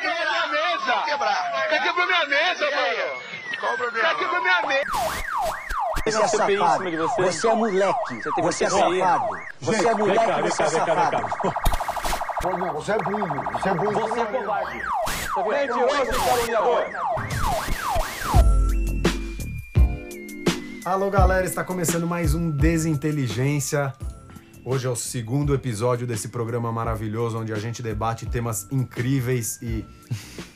quebrou minha mesa. Quebrar. Cara quebrou minha mesa, mano. Qual o problema? Cara quebrou minha mesa. Você é CPI em cima safado. de você. Você é moleque. um tem Você é CPI. safado. Você é Vem cá, moleque, vem você cá, é vem cá, vem safado. cá. Pô, não, você é burro, você é burro. Você é covarde. Mentiroso e caluniador. Alô, galera, está começando mais um Desinteligência. Hoje é o segundo episódio desse programa maravilhoso onde a gente debate temas incríveis e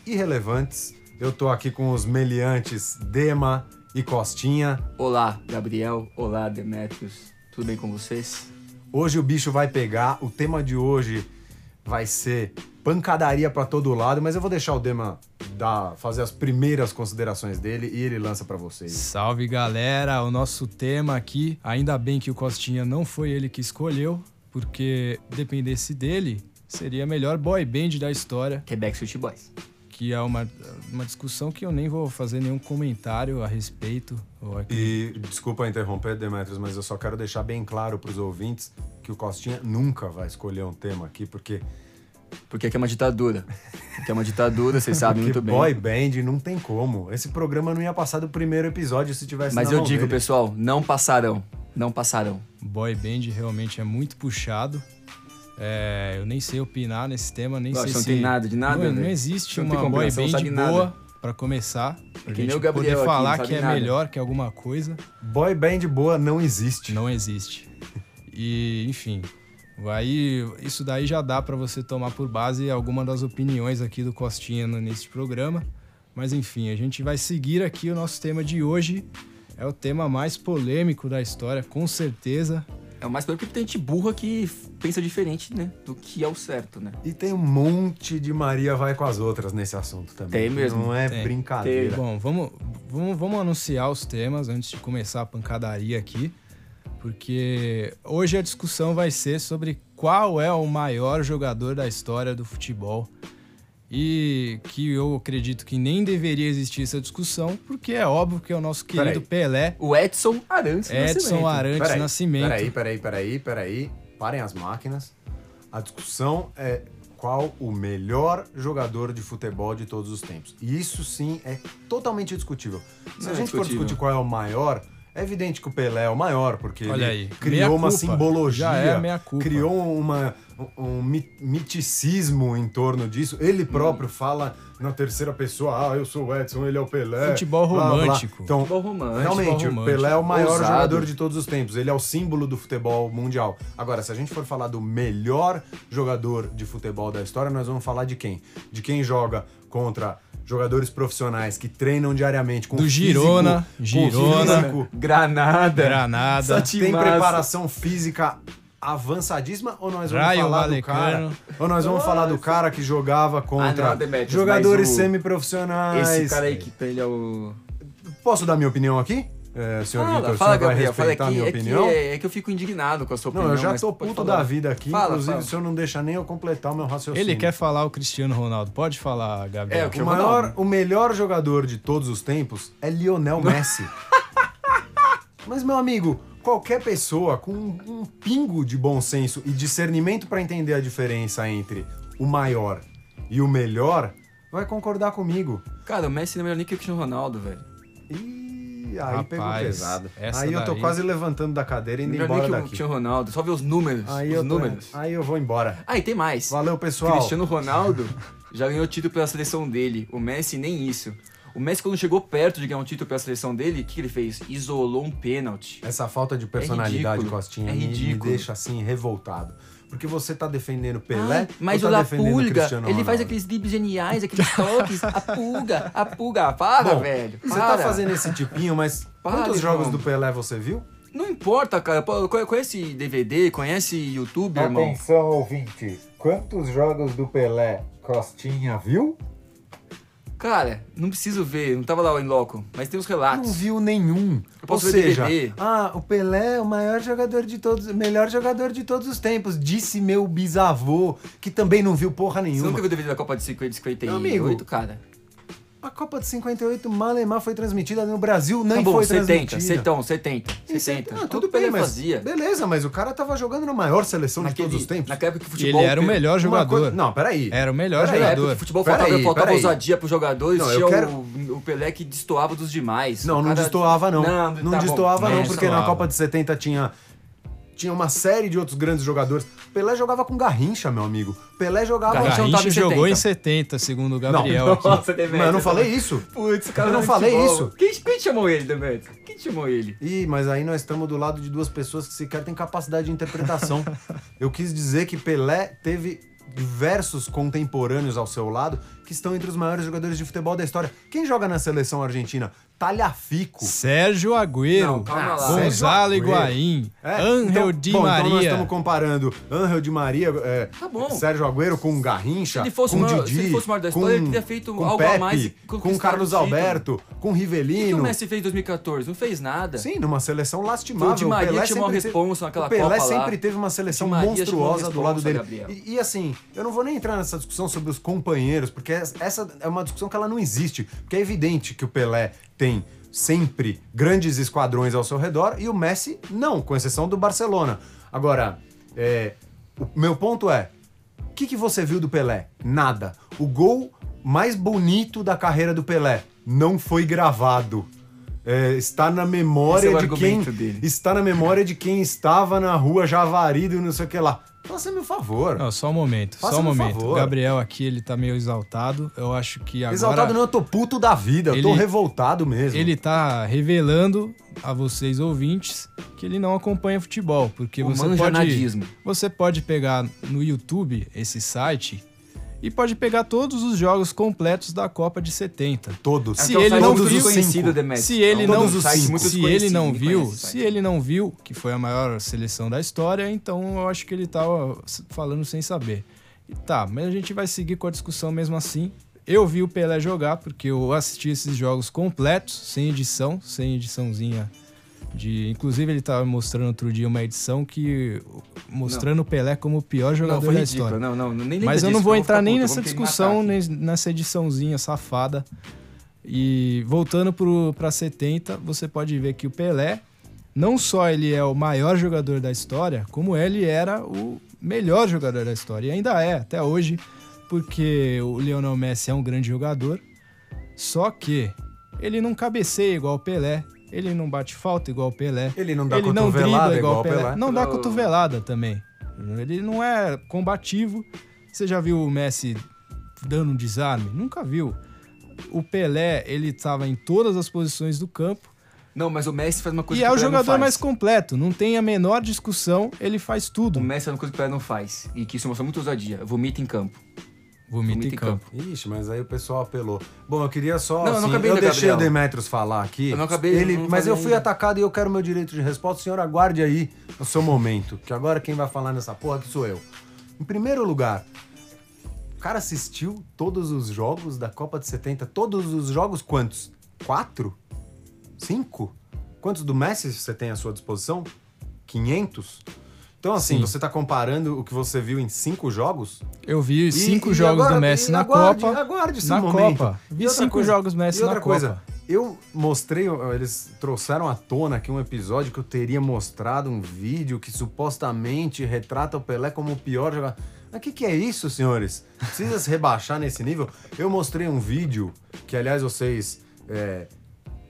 irrelevantes. Eu tô aqui com os meliantes Dema e Costinha. Olá, Gabriel. Olá, Demetrios. Tudo bem com vocês? Hoje o bicho vai pegar. O tema de hoje vai ser pancadaria pra todo lado, mas eu vou deixar o Dema dar, fazer as primeiras considerações dele e ele lança pra vocês. Salve galera, o nosso tema aqui, ainda bem que o Costinha não foi ele que escolheu, porque dependesse dele, seria a melhor boy band da história, Quebec City Boys. que é uma, uma discussão que eu nem vou fazer nenhum comentário a respeito. ou aqui. E desculpa interromper, Demetrios, mas eu só quero deixar bem claro pros ouvintes que o Costinha nunca vai escolher um tema aqui, porque, Porque aqui é uma ditadura. Aqui é uma ditadura, vocês sabem porque Tá muito bem. boy band não tem como. Esse programa não ia passar do primeiro episódio se tivesse Mas na eu mão digo, dele. pessoal, não passarão. Não passarão. Boy band realmente é muito puxado. É, eu nem sei opinar nesse tema, nem Nossa, sei não se... tem nada de nada, Não, não velho. existe Não tem uma boy compreensão, band sabe nada. É boa pra começar. Pra que nem gente o Gabriel aqui, poder não falar sabe que é nada. melhor que alguma coisa. Boy band boa não existe. Não existe. E, enfim, aí isso daí já dá pra você tomar por base alguma das opiniões aqui do Costinha no- neste programa. Mas enfim, a gente vai seguir aqui o nosso tema de hoje. É o tema mais polêmico da história, com certeza. É o mais problema porque tem gente burra que pensa diferente, né? Do que é o certo, né? E tem um monte de Maria vai com as outras nesse assunto também. Tem mesmo. Não é Tem. brincadeira. Bom, vamos, vamos, vamos anunciar os temas antes de começar a pancadaria aqui, porque hoje a discussão vai ser sobre qual é o maior jogador da história do futebol. E que eu acredito que nem deveria existir essa discussão, porque é óbvio que é o nosso querido Pelé, O Edson Arantes Edson Nascimento. Arantes Peraí, Nascimento. Peraí, peraí, peraí, peraí. Parem as máquinas. A discussão é qual o melhor jogador de futebol de todos os tempos. E isso sim é totalmente discutível. Se Não a é gente for discutível. discutir qual é o maior, é evidente que o Pelé é o maior, porque ele Olha aí, meia criou uma culpa. simbologia, Já é a meia culpa. criou uma, um mi- miticismo em torno disso. Hum. Ele próprio fala na terceira pessoa, ah, eu sou o Edson, ele é o Pelé. Futebol blá, blá, blá. romântico. Então, Futebol romântico. Realmente, o romântico. Pelé é o maior Ousado. jogador de todos os tempos. Ele é o símbolo do futebol mundial. Agora, se a gente for falar do melhor jogador de futebol da história, nós vamos falar de quem? De quem joga contra jogadores profissionais que treinam diariamente com Do físico, Girona, com Girona. físico, Granada. Granada. Só tem Timaço. preparação física avançadíssima ou nós vamos Raio falar do Vallecano. cara ou nós vamos falar do cara que jogava contra Ah, não, Demetrius, jogadores mas o- semiprofissionais Esse cara aí que ele é o. posso dar minha opinião aqui É, senhor Fala, Vitor, fala você vai Gabriel. Fala respeitar a aqui. minha É que, opinião? é, é que eu fico indignado com a sua Não, opinião. eu já mas tô pode puto falar. da vida aqui. Fala, inclusive, fala. o senhor não deixa nem eu completar o meu raciocínio. Ele quer falar o Cristiano Ronaldo. Pode falar, Gabriel. É, o que O, eu- maior, um- o melhor jogador de todos os tempos é Lionel Messi. Mas, meu amigo, qualquer pessoa com um, um pingo de bom senso e discernimento pra entender a diferença entre o maior e o melhor vai concordar comigo. Cara, o Messi não é melhor nem que o Cristiano Ronaldo, velho. Ih, aí Rapaz, pegou pesado. essa Aí eu tô daí- quase levantando da cadeira e indo Melhor nem embora que o daqui. Cristiano Ronaldo. Só ver os números. Aí, os eu tô- números. aí eu vou embora. Ah, e tem mais. Valeu, O pessoal. Cristiano Ronaldo já ganhou título pela seleção dele. O Messi nem isso. O Messi, quando chegou perto de ganhar um título pela seleção dele, o que que ele fez? Isolou um pênalti. Essa falta de personalidade, É ridículo. Costinha, É me- me ridículo. deixa assim revoltado. Porque você tá defendendo Pelé, Ai, mas ou o tá La defendendo Pulga, Cristiano ele faz Ronaldo? aqueles dribles geniais, aqueles toques. A pulga, a pulga. Para, Bom, velho. Você tá para. fazendo esse tipinho, mas Para, quantos irmão. jogos do Pelé você viu? Não importa, cara. Pô, co- Conhece DVD, conhece YouTube, Tá irmão. Atenção, ouvinte. Quantos jogos do Pelé Costinha viu? Cara, não preciso ver. Não tava lá em loco. Mas tem os relatos. Não viu nenhum. Eu Ou posso ver seja, DVD. ah, o Pelé é o maior jogador de todos, melhor jogador de todos os tempos, disse meu bisavô, que também não viu porra Você nenhuma. nunca viu o DVD da Copa de 50 e Meu amigo. 58, cara? A Copa de 58, Malemar foi transmitida no Brasil, nem Tá bom, um, foi 70, transmitida. 70, 70, Em 70. Não, Quando Ah, tudo o Pelé bem, mas fazia. beleza, mas o cara tava jogando na maior seleção Naquele- de todos os tempos. Naquela época que o E futebol. ele era o melhor Uma jogador. coisa- Não, peraí. Era o melhor Naquela época que jogador. o futebol Peraí, faltava, faltava peraí. ousadia pros jogadores, Não, eu tinha quero- o, o Pelé que destoava dos demais. Não, O não cara- destoava não. Não, tá bom. destoava não, Não porque na destoava. Copa de 70 tinha tinha uma série de outros grandes jogadores. Pelé jogava com Garrincha, meu amigo. Pelé jogava Garrincha Não, não tava Garrincha em jogou 70. em 70, segundo o não, Gabriel aqui. Nossa, Demetrius. mas eu não falei isso. Putz, o cara Eu não do falei futebol. isso. Quem, quem chamou ele, Demetrius? Quem chamou ele? Ih, mas aí nós estamos do lado de duas pessoas que sequer têm capacidade de interpretação. Eu quis dizer que Pelé teve diversos contemporâneos ao seu lado que estão entre os maiores jogadores de futebol da história. Quem joga na seleção argentina? Talhafico. Sérgio Agüero, Não, calma lá. Gonzalo Sérgio Higuaín, É, Angel então- Di bom, Maria. Então nós estamos comparando Angel Di Maria, é, Tá bom. Sérgio Agüero com Garrincha, Se ele fosse com o maior- Didi, se ele fosse o maior da com- história, ele teria feito com algo a Pepe, mais e com conquistado Carlos o título. Alberto, com O que, que Rivelino. o Messi fez em 2014? Não fez nada. Sim, numa seleção Foi lastimável. o Di Maria que chamou a sempre teve- responsa naquela o Pelé Copa lá. sempre teve uma seleção Di Maria chamou a monstruosa do lado responsa, dele. Gabriel. E, e, assim, eu não vou nem entrar nessa discussão sobre os companheiros, porque es- essa é uma discussão que ela não existe. Porque é evidente que o Pelé tem sempre grandes esquadrões ao seu redor e o Messi não, com exceção do Barcelona. Agora, é, o meu ponto é, o que, que você viu do Pelé? Nada. O gol mais bonito da carreira do Pelé não foi gravado. É, está na memória Esse é o de quem argumento dele. está na memória de quem estava na rua Javari e não sei o que lá. Faça-me um favor. Não, só um momento, só um Faça-me um momento. favor. O Gabriel aqui, ele tá meio exaltado. Eu acho que agora Exaltado não, eu tô puto da vida, eu tô Ele- revoltado mesmo. ele tá revelando a vocês ouvintes que ele não acompanha futebol, porque O você pode manjanadismo. você pode pegar no YouTube esse site e pode pegar todos os jogos completos da Copa de 70. Todos. Se É um ele site não muito viu- desconhecido, Demetrius. Se ele É um não, site muito se desconhecido, ele não ninguém viu, conhece esse se site. ele não viu que foi a maior seleção da história, então eu acho que ele tá ó, s- falando sem saber. E tá, mas a gente vai seguir com a discussão mesmo assim. Eu vi o Pelé jogar porque eu assisti esses jogos completos, sem edição, sem ediçãozinha de, inclusive ele tava mostrando outro dia uma edição que mostrando o Pelé como o pior Não, jogador foi da ridículo. história. Não, não, nem lembra Mas eu disso, não que vou ficar entrar nem puto, eu nessa vou queimar discussão, a nem nessa ediçãozinha safada. E voltando para 70, você pode ver que o Pelé, não só ele é o maior jogador da história, como ele era o melhor jogador da história. E ainda é, até hoje, porque o Lionel Messi é um grande jogador, só que ele não cabeceia igual o Pelé, ele não bate falta igual o Pelé, Ele não dá ele não cotovelada igual dribla igual o o Pelé. Pelé. Não dá Não. cotovelada também. Ele não é combativo. Você já viu o Messi dando um desarme? Nunca viu. O Pelé, ele estava em todas as posições do campo Não, mas o Messi faz uma coisa e que é o Pelé não jogador faz. mais completo. Não tem a menor discussão, ele faz O tudo. Messi faz uma coisa que o Pelé não faz. E que isso mostra muita ousadia. Vomita em campo. Vomita Vomita em em campo. Ixi, mas aí o pessoal apelou. Bom, eu queria só. Não, eu não assim, acabei eu ainda, deixei o Gabriel. Demetrios falar aqui. Eu não acabei, Ele, não mas falei eu fui ainda. atacado e eu quero meu direito de resposta. Senhor, aguarde aí o seu momento. Que agora quem vai falar nessa porra aqui sou eu. Em primeiro lugar, o cara assistiu todos os jogos da Copa de 70. Todos os jogos, quantos? Quatro? Cinco? Quantos do Messi você tem à sua disposição? 500? Então, assim, Sim. você tá comparando o que você viu em cinco jogos? Eu vi E- cinco e jogos agora- do Messi e na aguarde, Copa. Aguarde esse na momento. Copa. Vi E outra cinco jogos Messi e outra na coisa, Copa. Eu mostrei, eles trouxeram à tona aqui um episódio que eu teria mostrado um vídeo que supostamente retrata o Pelé como o pior jogador. Mas o que, que é isso, senhores? Precisa se rebaixar nesse nível? Eu mostrei um vídeo que, aliás, vocês. é,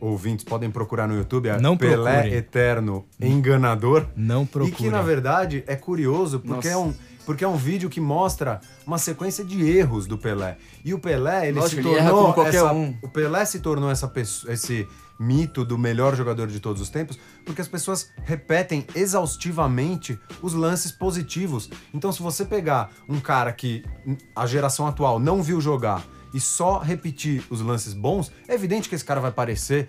Ouvintes podem procurar no YouTube, é Não Pelé procurem. Eterno Enganador. Não E que, na procura. verdade, é curioso porque né? Nossa. é, um, porque é um vídeo que mostra uma sequência de erros do Pelé. E o Pelé, ele Lógico, se ele erra tornou. como qualquer essa- um. O Pelé se tornou essa pesso- esse mito do melhor jogador de todos os tempos porque as pessoas repetem exaustivamente os lances positivos. Então, se você pegar um cara que hum, a geração atual não viu jogar e só repetir os lances bons, é evidente que esse cara vai parecer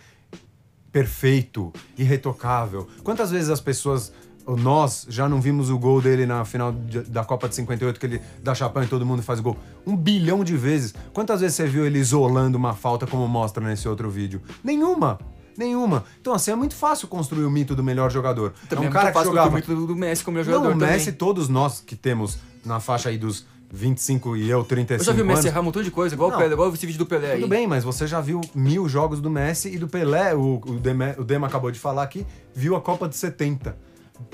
perfeito, irretocável. Quantas vezes as pessoas. ou Nós já não vimos o gol dele na final de- da Copa de 58, que ele dá chapéu e todo mundo faz gol. Um bilhão de vezes. Quantas vezes você viu ele isolando uma falta, como mostra nesse outro vídeo? Nenhuma! Nenhuma. Então, assim, é muito fácil construir o mito do melhor jogador. Também é um cara que fácil jogava. muito do Messi como melhor Não, jogador o Messi, também. todos nós que temos na faixa aí dos 25 e eu 35 Eu já vi o Messi anos. errar um montão de coisa, igual o Não. Pelé, igual esse vídeo do Pelé aí. Tudo bem, mas você já viu mil jogos do Messi e do Pelé. O, o, Dema, o Dema acabou de falar aqui, viu a Copa de 70.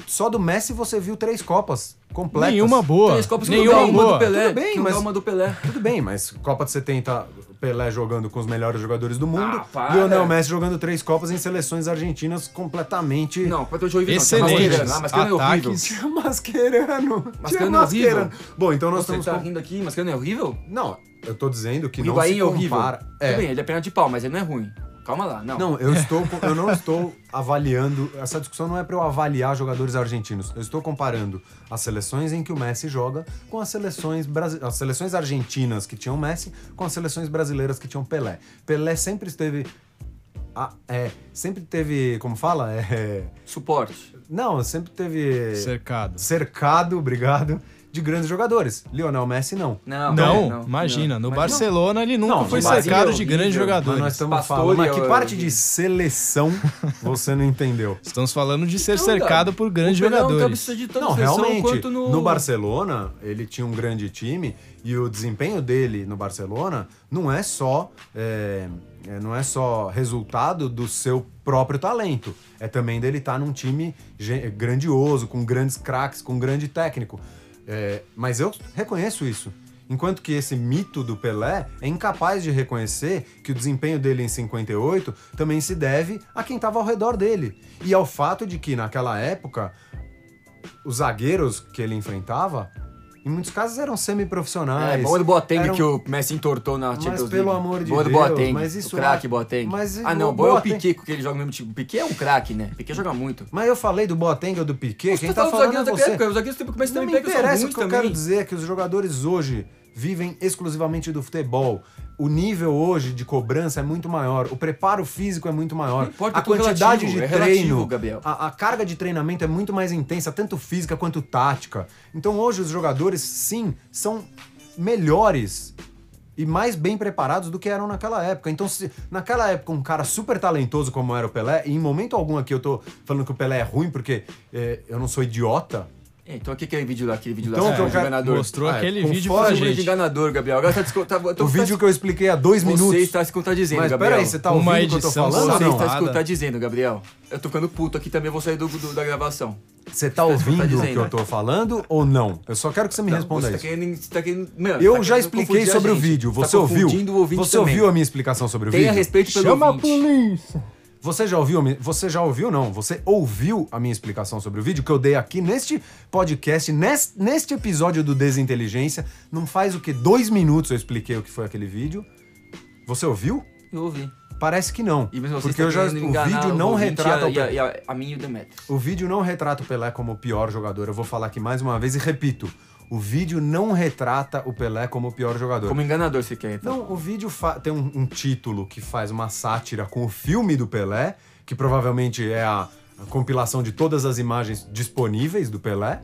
Só do Messi você viu três Copas completas. Nenhuma boa. Três Copas que não dá Nenhuma uma do boa. Pelé. Tudo bem, que não mas- dá uma do Pelé. Tudo bem, mas Copa de 70, Pelé jogando com os melhores jogadores do mundo. Ah, para. Lionel Messi jogando três Copas em seleções argentinas completamente Não, pra ter hoje não. Excelentes Mas Mascherano é horrível. ataques. masquerando. Mascherano é horrível. Bom, então nós Nossa, estamos ele tá com- rindo aqui, mas que não é horrível? Não, eu tô dizendo que O não Higuaín se é horrível. compara. Tudo bem, ele é perna de pau, mas ele não é ruim. Calma lá, não. Não, eu, estou, eu não estou avaliando. Essa discussão não é para eu avaliar jogadores argentinos. Eu estou comparando as seleções em que o Messi joga com as seleções, brasi- as seleções argentinas que tinham Messi com as seleções brasileiras que tinham Pelé. Pelé sempre esteve. ah, é, sempre teve. Como fala? É, Suporte. não, sempre teve. Cercado. Cercado, obrigado, de grandes jogadores. Lionel Messi não. Não, Não, não, imagina. não. No Mas Barcelona ele nunca Não, foi no Brasil cercado é de grandes Mas horrível, mas nós jogadores. estamos Pastore falando. é Mas que o- parte de seleção você não entendeu? Estamos falando de ser Então, cercado é cara, por grandes o Pelé é um jogadores. cabeça de tanto Não, seleção realmente, quanto no... no... Barcelona, ele tinha um grande time e o desempenho dele no Barcelona não é só é, é, não é só resultado do seu próprio talento, é também dele estar num time ge- grandioso, com grandes craques, com um grande técnico. É, mas eu reconheço isso. Enquanto que esse mito do Pelé é incapaz de reconhecer que o desempenho dele em 58 também se deve a quem estava ao redor dele. E ao fato de que, naquela época, os zagueiros que ele enfrentava, em muitos casos eram É, semiprofissionais. boa do Boateng eram- que o Messi entortou na Champions um Mas League. pelo amor de boa do Deus, Boateng, mas isso o craque é- Boateng. mas ah, o não, boa é o Boateng- Piquet, porque ele joga no mesmo time. Piquet é um craque, né? Piquet joga muito. Mas eu falei do Boateng ou do Piquet, quem Você tá dos falando é zagueiros daquela você. época, os zagueiros do Piquet Não também me pegam são interessa, o ruins que eu quero também. dizer é que os jogadores hoje vivem exclusivamente do futebol. O nível hoje de cobrança é muito maior, o preparo físico é muito maior, Não importa, a é tudo quantidade relativo, de é treino, relativo, Gabriel. A, a carga de treinamento é muito mais intensa, tanto física quanto tática. Então hoje os jogadores, sim, são melhores e mais bem preparados do que eram naquela época. Então, se naquela época um cara super talentoso como era o Pelé, e em momento algum aqui eu tô falando que o Pelé é ruim porque eh, eu não sou idiota, É, Então aqui aquele vídeo lá, aquele vídeo Então, lá, que eu de quero- enganador. Mostrou Ah, é, aquele com vídeo fora pra Olha, de gente. de gente. enganador, Gabriel. Agora tá desco- tá- eu tô- O tá vídeo que eu expliquei há dois minutos. Você está se contradizendo, Mas Gabriel. peraí, você tá Uma ouvindo o que eu tô edição falando? ou Você sabe- não? está Nada. escutando dizendo, tá Gabriel. Eu tô ficando puto aqui também, vou sair do, do- da gravação. Você tá Você tá ouvindo o que dizendo. eu tô falando ou não? Eu só quero que você me responda você isso. Tá querendo, você tá querendo, meu, você Eu tá já querendo expliquei confundir a sobre o gente. vídeo. Tá Você ouviu? confundindo o ouvinte Você também. ouviu a minha explicação sobre o Tenha vídeo? respeito pelo Chama a ouvinte. polícia. Você já ouviu? a minha- Você já ouviu não? Você ouviu a minha explicação sobre o vídeo que eu dei aqui neste podcast, nes- neste episódio do Desinteligência? Não faz o que dois minutos eu expliquei o que foi aquele vídeo. Você ouviu? Eu ouvi. Parece que não, E mesmo assim, porque você tá eu já o querendo enganar vídeo não ouvinte retrata e o a, e a, e a, a mim e o Demetrius. O vídeo não retrata o Pelé como o pior jogador. Eu vou falar aqui mais uma vez e repito. O vídeo não retrata o Pelé como o pior jogador. Como enganador você quer, então. Não, o vídeo fa- tem um, um título que faz uma sátira com o filme do Pelé, que provavelmente é a, a compilação de todas as imagens disponíveis do Pelé,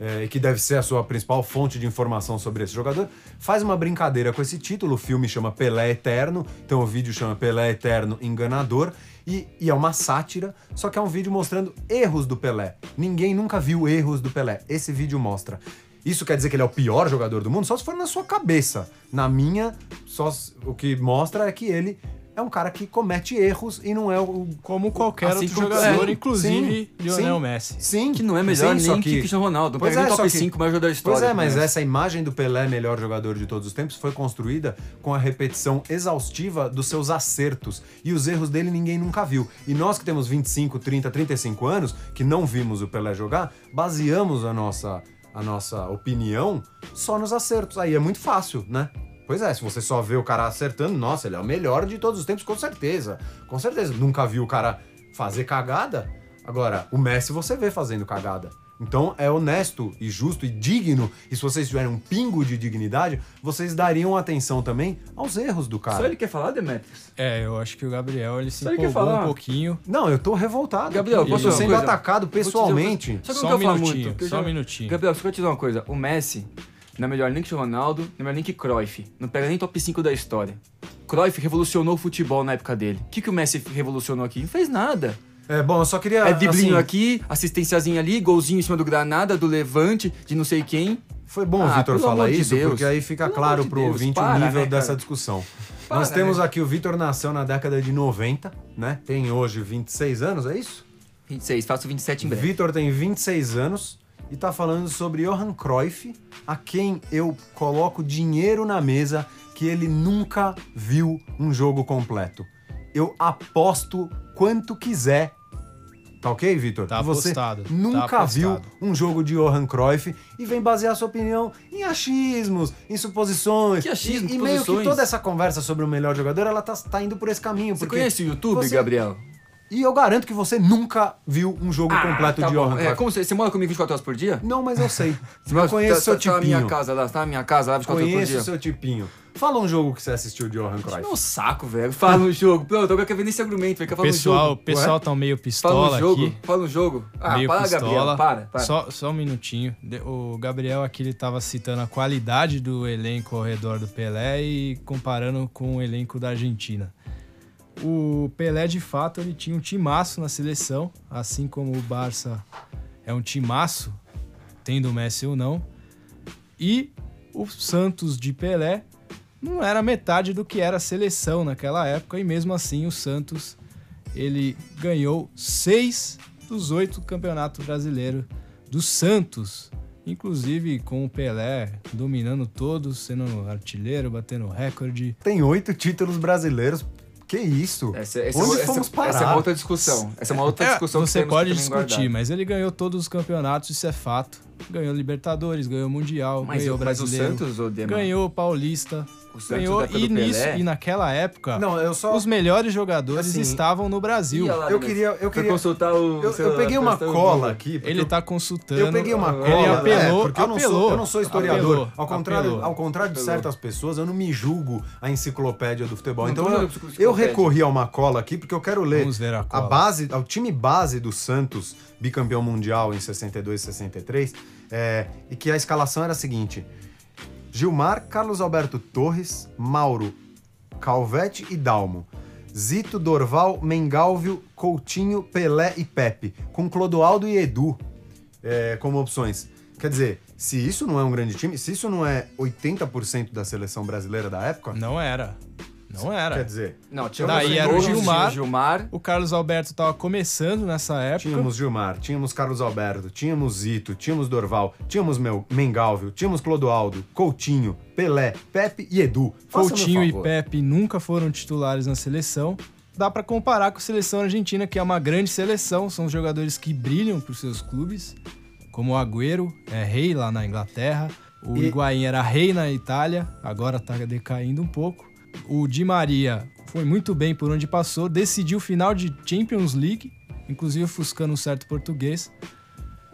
é, e que deve ser a sua principal fonte de informação sobre esse jogador. Faz uma brincadeira com esse título, o filme chama Pelé Eterno, então o vídeo chama Pelé Eterno Enganador, e, e é uma sátira, só que é um vídeo mostrando erros do Pelé. Ninguém nunca viu erros do Pelé. Esse vídeo mostra. Isso quer dizer que ele é o pior jogador do mundo? Só se for na sua cabeça. Na minha, só s- o que mostra é que ele é um cara que comete erros e não é o. Como qualquer Assim outro como- jogador, Sim, inclusive sim, Lionel sim. Messi. Sim. Que não é melhor sim, nem que Cristiano Ronaldo. Pois Pega é, nem só top que- 5 maior jogador da história. Pois é, mas né? essa imagem do Pelé, melhor jogador de todos os tempos, foi construída com a repetição exaustiva dos seus acertos. E os erros dele ninguém nunca viu. E nós que temos 25, 30, 35 anos, que não vimos o Pelé jogar, baseamos a nossa, a nossa opinião só nos acertos. Aí é muito fácil, né? Pois é, se você só vê o cara acertando, nossa, ele é o melhor de todos os tempos, com certeza. Com certeza. Nunca viu o cara fazer cagada. Agora, o Messi você vê fazendo cagada. Então é honesto e justo e digno. E se vocês tiverem um pingo de dignidade, vocês dariam atenção também aos erros do cara. Só ele quer falar, Demetrius? É, eu acho que o Gabriel ele se Sabe o que eu ia empolgou um falar? pouquinho. Não, eu tô revoltado. Gabriel, eu posso tô dizer uma sendo coisa? atacado Vou te dizer uma coisa. pessoalmente. Só que eu Só não um quero falar minutinho, muito, porque eu só já- um minutinho. Gabriel, só quero te dizer uma coisa. O Messi não é melhor nem que o Ronaldo, não é melhor nem que Cruyff. Não pega nem top 5 da história. Cruyff revolucionou o futebol na época dele. O que, que o Messi revolucionou aqui? Não fez nada. É bom, eu só queria. É driblinho assim, aqui, assistênciazinha ali, golzinho em cima do Granada, do Levante, de não sei quem. Foi bom o Ah, Vitor pelo falar amor de isso, Deus. porque aí fica Pelo claro amor de pro Deus, ouvinte o para, nível né, cara? dessa discussão. Para, Nós temos né? aqui o Vitor nasceu na década de 90, né? Tem hoje 26 anos, é isso? 26, faço 27 em breve. Vitor tem 26 anos e tá falando sobre Johan Cruyff, a quem eu coloco dinheiro na mesa que ele nunca viu um jogo completo. Eu aposto quanto quiser. Tá ok, Vitor? Tá Que Você apostado, tá nunca viu apostado. um jogo de Johan Cruyff e vem basear sua opinião em achismos, em suposições. Que achismo, e, e meio que suposições? toda essa conversa sobre o melhor jogador, ela tá, tá indo por esse caminho. Você porque conhece o YouTube, você- Gabriel? E eu garanto que você nunca viu um jogo completo tá de bom. Johan Cruyff. É, como você, você mora comigo 24 horas por dia? Não, mas eu sei. mora- eu conheço tá, seu tá, tá na tipinho. minha casa lá, tá na minha casa lá 24 horas por conheço dia. seu tipinho. Fala um jogo que você assistiu de Johan Cruyff. Meu saco, velho. Fala um jogo. Pronto, agora quer ver nesse argumento, velho. Quer falar um Pessoal, o jogo. pessoal tá meio Fala pistola um jogo. aqui. Fala um jogo. Ah, meio para, pistola. Gabriel. Para, para. Só, só um minutinho. De- O Gabriel aqui ele tava citando a qualidade do elenco ao redor do Pelé e comparando com o elenco da Argentina. O Pelé, de fato, ele tinha um timaço na seleção, assim como o Barça é um timaço, tendo o Messi ou não. E o Santos de Pelé não era metade do que era a seleção naquela época, e mesmo assim o Santos ele ganhou seis dos oito campeonatos brasileiros do Santos, inclusive com o Pelé dominando todos, sendo um artilheiro, batendo recorde. Tem oito títulos brasileiros. Que isso? Essa, essa, Onde essa, fomos parar? essa é uma outra discussão. Essa é uma outra É, discussão que você temos pode que também discutir, guardar. mas ele ganhou todos os campeonatos, isso é fato. Ganhou Libertadores, ganhou Mundial, Mas, ganhou o- mas o Brasileiro, Santos, ô Dema, ganhou Paulista, o Santos ganhou da época e do nisso Pelé, é e naquela época Não, eu só. os melhores jogadores Assim, estavam no Brasil. Ia lá, Eu Dema, queria. Eu, Foi queria, consultar o. um eu, sei eu lá, tá peguei uma prestar o cola Google. aqui. porque Ele eu- tá consultando. Eu peguei uma cola. Ele apelou, é, porque eu não, apelou. Sou, eu não sou historiador. Apelou, ao contrário, apelou. ao contrário de Apelou. certas pessoas, eu não me julgo a enciclopédia do futebol. Não, então todo eu, mundo é enciclopédia. eu recorri a uma cola aqui porque eu quero ler Vamos ver a cola. base, ao time base do Santos, bicampeão mundial em 62 63, é, e que a escalação era a seguinte: Gilmar, Carlos Alberto Torres, Mauro, Calvete e Dalmo. Zito, Dorval, Mengalvio, Coutinho, Pelé e Pepe, com Clodoaldo e Edu é, como opções. Quer dizer, se isso não é um grande time, se isso não é 80% da seleção brasileira da época, Não era. Não quer era. dizer, Não, tinha Daí era o Santos, Gilmar. tinha o Gilmar. O Carlos Alberto tava começando nessa época. tínhamos Gilmar, tínhamos Carlos Alberto, tínhamos Zito, tínhamos Dorval, tínhamos Mel Mengalvio, tínhamos Clodoaldo, Coutinho, Pelé, Pepe e Edu. Faça-me um Coutinho e favor. Pepe nunca foram titulares na seleção. Dá pra comparar com a seleção argentina, que é uma grande seleção, são jogadores que brilham pros seus clubes, como o Agüero, é rei lá na Inglaterra, o E- Higuaín era rei na Itália, agora tá decaindo um pouco. O Di Maria foi muito bem por onde passou, decidiu final de Champions League, inclusive ofuscando um certo português.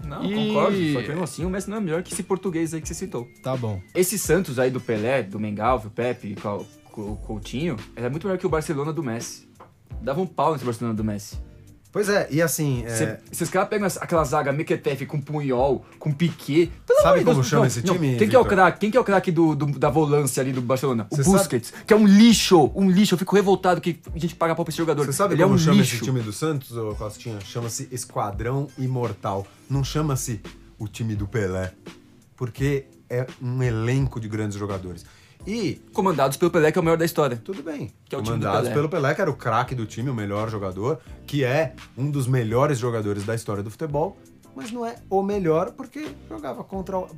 Não, E- concordo. Só que mesmo assim, o Messi não é melhor que esse português aí que você citou. Tá bom. Esse Santos aí do Pelé, do Mengalvio, Pepe, Cau- Co- Coutinho, era muito melhor que o Barcelona do Messi. Dava um pau nesse Barcelona do Messi. Pois é, e assim. é, Se, se os caras pegam essa- aquela zaga Mequetef com Punhol, com Piquet... Pelo Sabe amor de Deus, como chama não, esse não, time, Quem que é o Vitor? craque? Quem que é o craque do, do- da volância ali do Barcelona? O Você Busquets, que é um lixo, um lixo. Eu fico revoltado que a gente paga pau pra esse jogador. Você sabe Ele como é um chama lixo. esse time do Santos, ô Costinha? Chama-se Esquadrão Imortal. Não chama-se o time do Pelé. Porque é um elenco de grandes jogadores. E, Comandados pelo Pelé, que é o maior da história. tudo bem, Que é o time do mandados Pelé. pelo Pelé, que era o craque do time, o melhor jogador, que é um dos melhores jogadores da história do futebol, mas não é o melhor porque jogava contra o-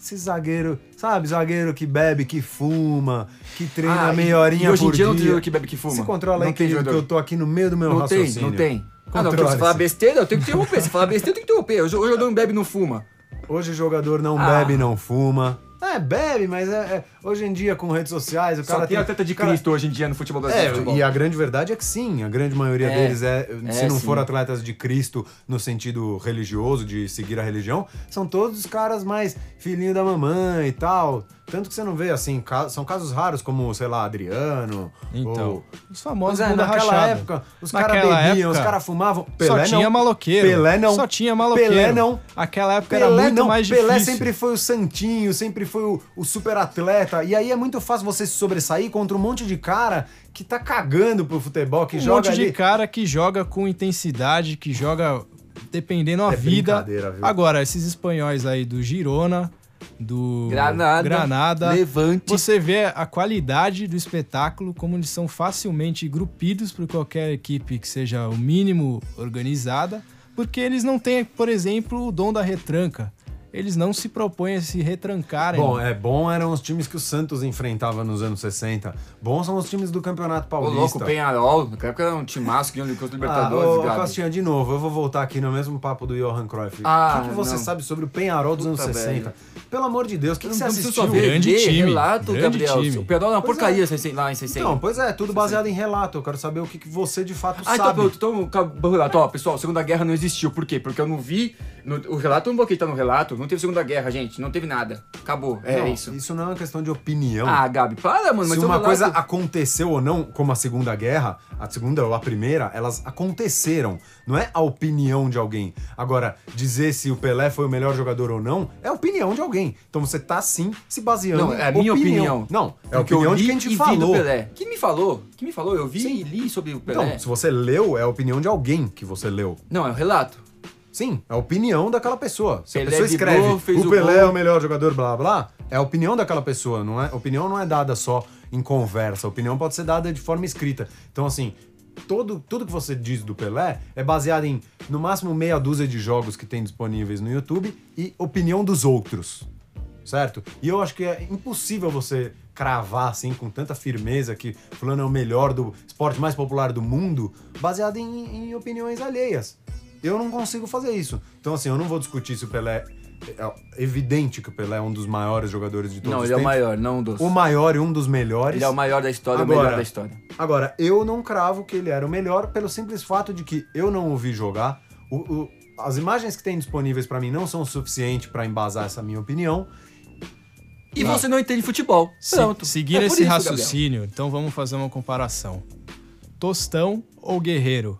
esse zagueiro, sabe? Zagueiro que bebe, que fuma, que treina Ah, e- meia horinha e hoje em por dia dia. não tem jogador que bebe, que fuma. Se controla aí Não tem que, que jogador. eu tô aqui no meio do meu Não tem, raciocínio. não tem. Ah, não, porque Controle-se. se falar besteira, eu tenho que interromper. Se falar besteira, eu tenho que interromper. Hoje hoje eu não bebe, não fuma. Hoje o jogador não Ah. bebe, não fuma. É, bebe, mas é, é- hoje em dia com redes sociais o Só cara tem... tem atleta de o cara- Cristo hoje em dia no futebol brasileiro. É, futebol. e a grande verdade é que sim, a grande maioria É, deles é, se é, não sim. for atletas de Cristo no sentido religioso, de seguir a religião, são todos os caras mais filhinho da mamãe e tal. Tanto que você não vê, assim, ca- são casos raros como, sei lá, Adriano. Então, ou... os famosos Mas é, bunda naquela rachada. época, os caras Naquela bebiam, os época, caras fumavam. Só tinha não. maloqueiro. Pelé não. Só tinha maloqueiro. Pelé não. Aquela época era Pelé muito não, mais difícil. Pelé sempre foi o santinho, sempre foi o, o super atleta. E aí é muito fácil você se sobressair contra um monte de cara que tá cagando pro futebol, que um joga monte de ali. cara que joga com intensidade, que joga dependendo a É vida. brincadeira, viu? Agora, esses espanhóis aí do Girona, do Granada. Granada. Levante. Você vê a qualidade do espetáculo, como eles são facilmente grupidos por qualquer equipe que seja o mínimo organizada, porque eles não têm, por exemplo, o dom da retranca. Eles não se propõem a se retrancarem. Bom, é bom eram os times que o Santos enfrentava nos anos 60. Bons são os times do Campeonato Ô, louco, Paulista. o Penharol. Naquela época era um timaço que ganhou o Ah, ô, Libertadores, ô, viado. Costinha, de novo, eu vou voltar aqui no mesmo papo do Johan Cruyff. Ah, o que, que você não. sabe sobre o Penharol dos Puta, anos 60? Pelo amor de Deus, o que, que você Não precisa assistiu? só ver, Grande lê, time, Relato, grande Gabriel. time. O Penharol é uma Pois porcaria é. sem- lá em 60. Não, pois é, tudo baseado em relato. Eu quero saber o que, que você de fato Ah, então, sabe. pronto, então, acabou o relato. Ó, pessoal, Segunda Guerra não existiu. Por quê? Porque eu não vi. no- o relato eu não bloqueei, tá no relato. Não teve Segunda Guerra, gente. Não teve nada. Acabou. É Não, isso. Isso não é uma questão de opinião. Ah, Gabi, para, mano. Mas Se é um uma relato. coisa aconteceu ou não, como a Segunda Guerra, a Segunda ou a Primeira, elas aconteceram. Não é a opinião de alguém. Agora, dizer se o Pelé foi o melhor jogador ou não é a opinião de alguém. Então você tá sim se baseando Não, em é a minha opinião. Não, é a Porque eu opinião de li quem e te vi do falou. Pelé. Quem me falou? Quem me falou? Eu vi Sim. e li sobre o Pelé. Então, se você leu, é a opinião de alguém que você leu. Não, é o relato. Sim, é a opinião daquela pessoa. Se Pelé a pessoa driblou, escreve, fez o o Pelé gol." é o melhor jogador, blá blá, é a opinião daquela pessoa, não é? A opinião não é dada só em conversa, a opinião pode ser dada de forma escrita. Então, assim, todo, tudo que você diz do Pelé é baseado em, no máximo, meia dúzia de jogos que tem disponíveis no YouTube e opinião dos outros certo? E eu acho que é impossível você cravar assim com tanta firmeza que fulano é o melhor do esporte mais popular do mundo, baseado em, em opiniões alheias. Eu não consigo fazer isso. Então assim, eu não vou discutir se o Pelé é evidente que o Pelé é um dos maiores jogadores de todos não, os ele é o tempos. maior, não um dos. O maior e um dos melhores. Ele é o maior da história, o melhor da história. Agora, eu não cravo que ele era o melhor pelo simples fato de que eu não o vi jogar. O- o- as imagens que tem disponíveis pra mim não são o suficiente pra embasar essa minha opinião. E você não entende futebol. Se- Pronto. seguir É por esse isso, Gabriel. raciocínio, então vamos fazer uma comparação. Tostão ou Guerreiro?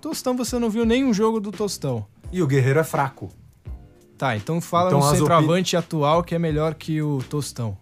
Tostão, você não viu nenhum jogo do Tostão. E o Guerreiro é fraco. Tá, então fala Então, um as opi- centroavante atual que é melhor que o Tostão.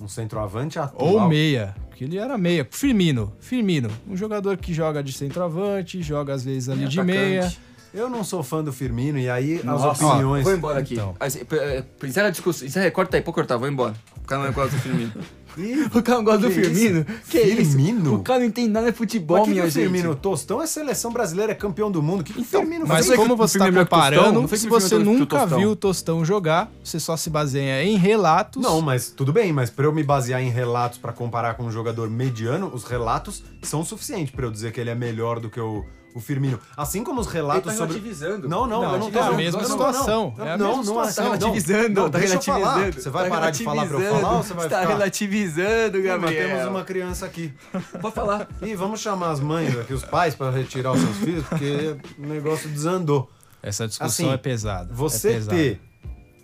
Um centroavante atual. Ou meia, porque ele era meia. Firmino, Firmino. Um jogador que joga de centroavante, joga às vezes ali de Atacante. meia. Eu não sou fã do Firmino e aí as Nossa, opiniões. Vou embora aqui. Então. Assim, p- eh, Encerra a discussão. Encerra, corta aí, pode cortar, vou embora. O cara não gosta do Firmino. Ih, o cara não gosta do Que isso? Firmino? Que Firmino? isso? O cara não entende nada de futebol, Mas que que minha o gente. Firmino Tostão é seleção brasileira, é campeão do mundo. Que, que o Firmino Então, Mas fez? como que você o está Firmino é melhor que o Tostão? comparando, Não foi que se o Firmino você é melhor que o nunca Tostão? viu o Tostão jogar, você só se baseia em relatos. Não, mas tudo bem, mas pra eu me basear em relatos pra comparar com um jogador mediano, os relatos são suficientes pra eu dizer que ele é melhor do que o, o Firmino. Assim como os relatos Ele tá sobre relativizando. Não, não, Não, eu não tô é a eu mesma não- situação, Não, é a não, mesma não, situação. não, Tá relativizando, não, tá deixa eu relativizando. falar. Você vai tá parar de falar pra eu relativizando, falar ou você vai Tá ficar? relativizando, Ih, mas Gabriel. temos uma criança aqui. Pode falar. Ih, vamos chamar as mães aqui, os pais, pra retirar os seus filhos, porque o negócio desandou. Essa discussão Assim, é pesada. é Você pesada. ter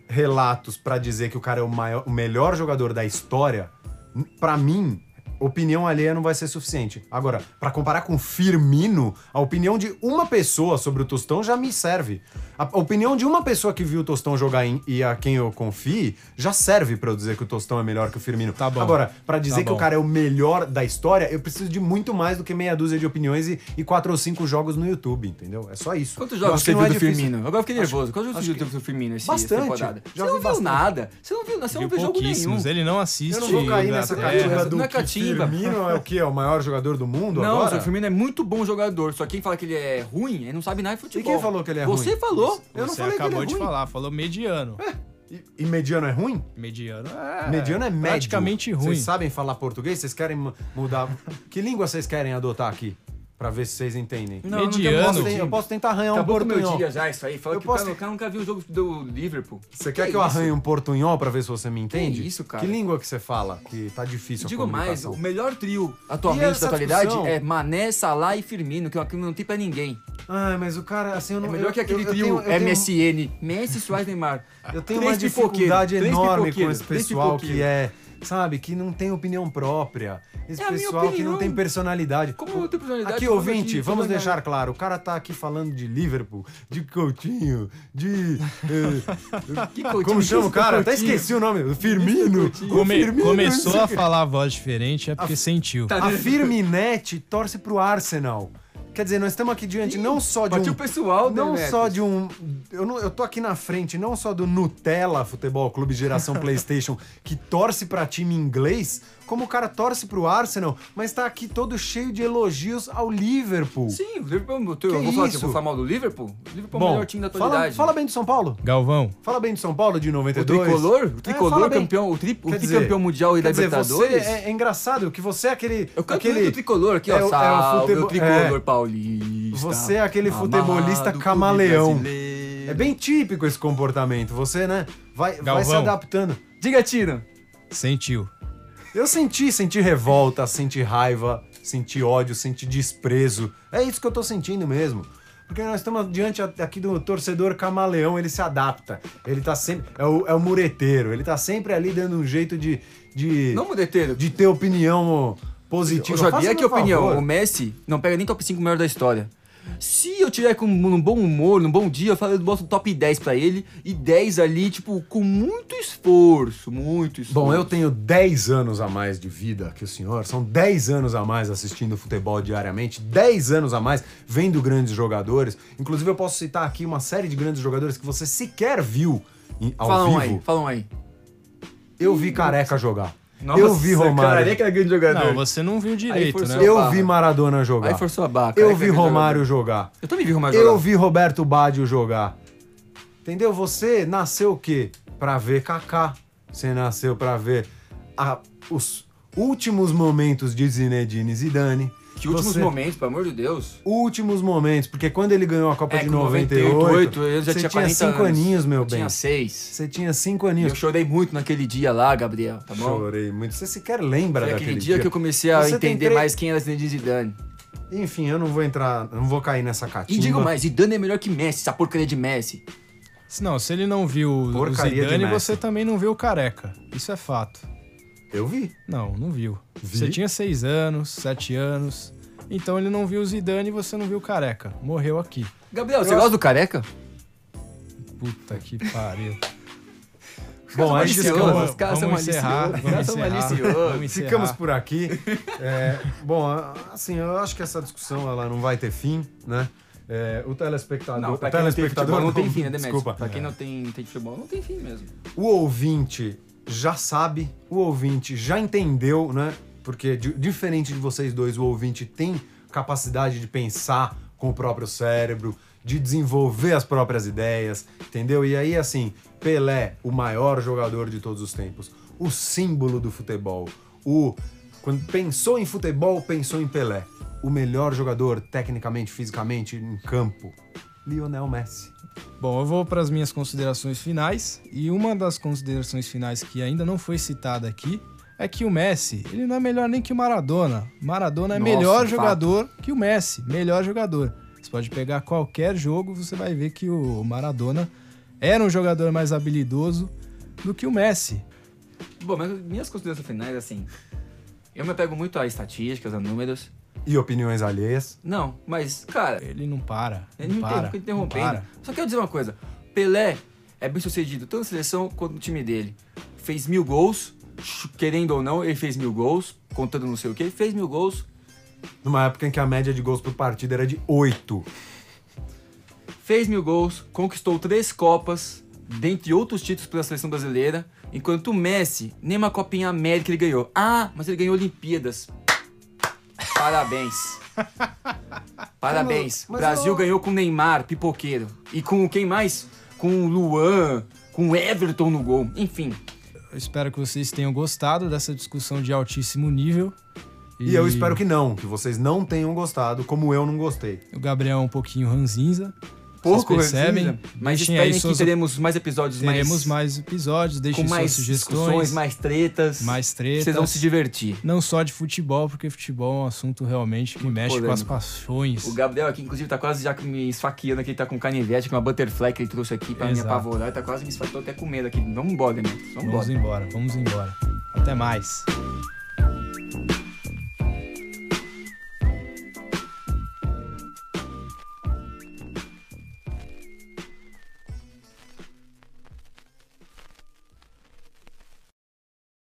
relatos pra dizer que o cara é o, maior- o melhor jogador da história, n- pra mim, opinião alheia não vai ser suficiente. Agora, pra comparar com Firmino, a opinião de uma pessoa sobre o Tostão já me serve. A a opinião de uma pessoa que viu o Tostão jogar em- e a quem eu confie já serve pra eu dizer que o Tostão é melhor que o Firmino. Tá bom. Agora, pra dizer que o bom. cara é o melhor da história, eu preciso de muito mais do que meia dúzia de opiniões e, e quatro ou cinco jogos no YouTube, entendeu? É só isso. Quantos Eu jogos acho que você viu não é do difícil. Firmino? Agora eu fiquei Acho- nervoso. Quantos jogos acho você que- viu do Firmino esse, Bastante. essa temporada? Você Já não vi viu bastante. nada. Você não viu, você não Viu viu jogo nenhum. pouquíssimos, ele não assiste. Eu não vou cair nessa Inglaterra. cativa É, do não é que cativa. Firmino é o quê? É o maior jogador do mundo Não, agora? o Firmino é muito bom jogador. Só quem fala que ele é ruim, ele não sabe nada de futebol. E quem falou que ele é Você ruim? falou. Eu não Você falei que ele acabou é de ruim. falar, falou mediano. E, e mediano é ruim? Mediano é. mediano é médio. praticamente ruim. Vocês sabem falar português? Vocês querem mu- mudar... que língua vocês querem adotar aqui? Pra ver se vocês entendem. Não, não Eu mediano. posso, ten- eu posso tentar arranhar Acabou um com o meu portunhol. dia já, isso aí. Fala Eu que posso- o cara nunca viu o jogo do Liverpool. Você quer que, eu arranhe um portunhol pra ver se você me entende? isso, cara? Que língua que você fala? Que tá difícil a Digo mais, comunicação. o melhor trio E atualmente essa da atualidade discussão? é Mané, Salah e Firmino, que é uma que não tem pra ninguém. Ah, mas o cara, assim, eu não... É melhor eu- que aquele eu- eu trio tenho- eu tenho- um MSN. Messi, Suárez, Neymar. Eu tenho Três uma pipoqueiros, dificuldade três enorme com pipoqueiros, esse três pessoal que pipoqueiros. é, sabe, que não tem opinião própria. Esse É a minha pessoal que não opinião. tem personalidade. Como eu tenho personalidade, Aqui, eu vou ouvinte, aqui, vamos vou ganhar. deixar claro, o cara tá aqui falando de Liverpool, de Coutinho, de... eh, Que Coutinho, como que chama o isso, cara? Até Coutinho? esqueci o nome. O Firmino. o Come- Firmino começou não sei a o quê. Tá. falar a voz diferente é porque sentiu. A Firminete torce pro Arsenal. Quer dizer, nós estamos aqui diante não só de bati um... o pessoal, Não Demetrius. só de um... Eu, não- eu tô aqui na frente não só do Nutella Futebol Clube Geração Playstation, que torce pra time inglês, como o cara torce pro Arsenal, mas tá aqui todo cheio de elogios ao Liverpool. Sim, o Liverpool. é Eu Que vou falar, isso? eu vou falar mal do Liverpool? O Liverpool é o Bom, melhor time da fala, atualidade. fala bem do São Paulo. Galvão, Fala bem do São Paulo de O 92. tricolor? O É, tricolor fala bem. campeão, o, tri, o Quer dizer- tricampeão mundial e da quer dizer, Libertadores? Você é, é engraçado que você é aquele. Eu canto aquele muito o tricolor aqui, ó. é o- é o salve, futebol- o tricolor é. paulista. Você é aquele amado futebolista clube camaleão. brasileiro. É bem típico esse comportamento. Você, né? Vai, vai Galvão. se adaptando. Diga, Tino. sentiu. Eu senti, senti revolta, senti raiva, senti ódio, senti desprezo. É isso que eu tô sentindo mesmo. Porque nós estamos diante a- aqui do torcedor camaleão, ele se adapta. Ele tá sempre. É o, é o mureteiro, ele tá sempre ali dando um jeito de. de Não, Mudeteiro. de ter opinião positiva. Eu já dei Faça-me aqui a um opinião. favor. O Messi não pega nem top 5 melhor da história. Se eu tiver com um bom humor, num bom dia, eu falo, eu boto top 10 pra ele. E 10 ali, tipo, com muito esforço. Muito esforço. Bom, eu tenho 10 anos a mais de vida que o senhor. São 10 anos a mais assistindo futebol diariamente, 10 anos a mais vendo grandes jogadores. Inclusive, eu posso citar aqui uma série de grandes jogadores que você sequer viu em- ao Falam vivo. um aí, falam aí. Eu vi Careca jogar. eu vi Romário. Careca é grande Tá jogador. Não, você não viu Aí direito, foi né? seu- Eu Opa. vi Maradona jogar. Aí forçou a barra. eu vi Careca é grande Romário jogador. jogar. Eu também vi Romário Eu jogar. vi Roberto Baggio jogar. Entendeu? Você nasceu o quê? Pra ver Kaká. Você nasceu pra ver a- os últimos momentos de Zinedine Zidane. Que últimos Você- momentos, pelo amor de Deus. Últimos momentos, porque quando ele ganhou a Copa de É, com 98, 98, eu já você tinha tinha 40 cinco anos. aninhos, meu Eu bem. tinha 6. Você tinha cinco E aninhos. eu chorei muito naquele dia lá, Gabriel, tá bom? Chorei muito. Você sequer lembra Foi daquele aquele dia que eu comecei a Você tem entender três- mais quem era Zinedine Zidane. Enfim, eu não vou entrar, não vou cair nessa E catinga. digo mais, Zidane é melhor que Messi, essa porcaria de Messi. Não, se ele não viu o- o Porcaria de Zidane, Messi. você também não viu o Careca. Isso é fato. Eu vi. Não, não viu. Vi. Você tinha seis anos, sete anos. Então ele não viu o Zidane e você não viu o Careca. Morreu aqui. Gabriel, você gosta do careca? Puta que pariu. Bom, aí maliciosos, descansa. os caras são Vamos encerrar, maliciosos. Os caras são vamos encerrar, maliciosos. vamos encerrar. Ficamos por aqui. É, bom, a- assim, eu acho que essa discussão ela não vai ter fim, né? É, o telespectador, o pra quem não tem telespectador futebol não tem fim, né, Demetrio? Desculpa. É. Pra quem não tem, tem futebol, não tem fim mesmo. O ouvinte já sabe, o ouvinte já entendeu, né? Porque di- diferente de vocês dois, o ouvinte tem capacidade de pensar com o próprio cérebro, de desenvolver as próprias ideias, entendeu? E aí, assim, Pelé, o maior jogador de todos os tempos, o símbolo do futebol, o quando pensou em futebol, pensou em Pelé, o melhor jogador tecnicamente, fisicamente em campo, Lionel Messi. Bom, eu vou para as minhas considerações finais e uma das considerações finais que ainda não foi citada aqui é que o Messi, ele não é melhor nem que o Maradona. Maradona é Nossa, melhor fato. jogador que o Messi, melhor jogador. Você pode pegar qualquer jogo, você vai ver que o Maradona era um jogador mais habilidoso do que o Messi. Bom, mas minhas considerações finais, assim. Eu me pego muito a estatísticas, a números. E opiniões alheias? Não, mas, cara, Ele não para, Ele não não tem, para, fica não interrompendo. para. Só quero dizer uma coisa: Pelé é bem sucedido tanto na seleção quanto no time dele. Fez mil gols, ch- querendo ou não, ele fez mil gols, contando não sei o que, fez mil gols, Numa época em que a média de gols por partida era de 8. fez mil gols, conquistou três Copas, dentre outros títulos pela seleção brasileira, enquanto o Messi, nem uma Copinha América ele ganhou. Ah, mas ele ganhou Olimpíadas. Parabéns. Parabéns. Mas Brasil eu- ganhou com Neymar, pipoqueiro. E com quem mais? Com o Luan, com o Everton no gol. Enfim, Eu espero que vocês tenham gostado dessa discussão de altíssimo nível. E... eu espero que não, que vocês não tenham gostado, como eu não gostei. O Gabriel é um pouquinho ranzinza. pouco Vocês percebem? recebem, mas Deixem esperem aí que suas- teremos mais episódios Teremos mais episódios, com deixem mais suas sugestões, discussões, mais tretas. mais tretas. Vocês vão se divertir. Não só de futebol, porque futebol é um assunto realmente que mexe com as paixões. O Gabriel aqui, inclusive, tá quase já me esfaqueando aqui, tá com canivete, com uma butterfly que ele trouxe aqui pra Exato. me apavorar. Ele tá quase me esfaqueando, tô até com medo aqui. Vamos embora, né? Vamos Vamos embora. embora, vamos embora. Até mais.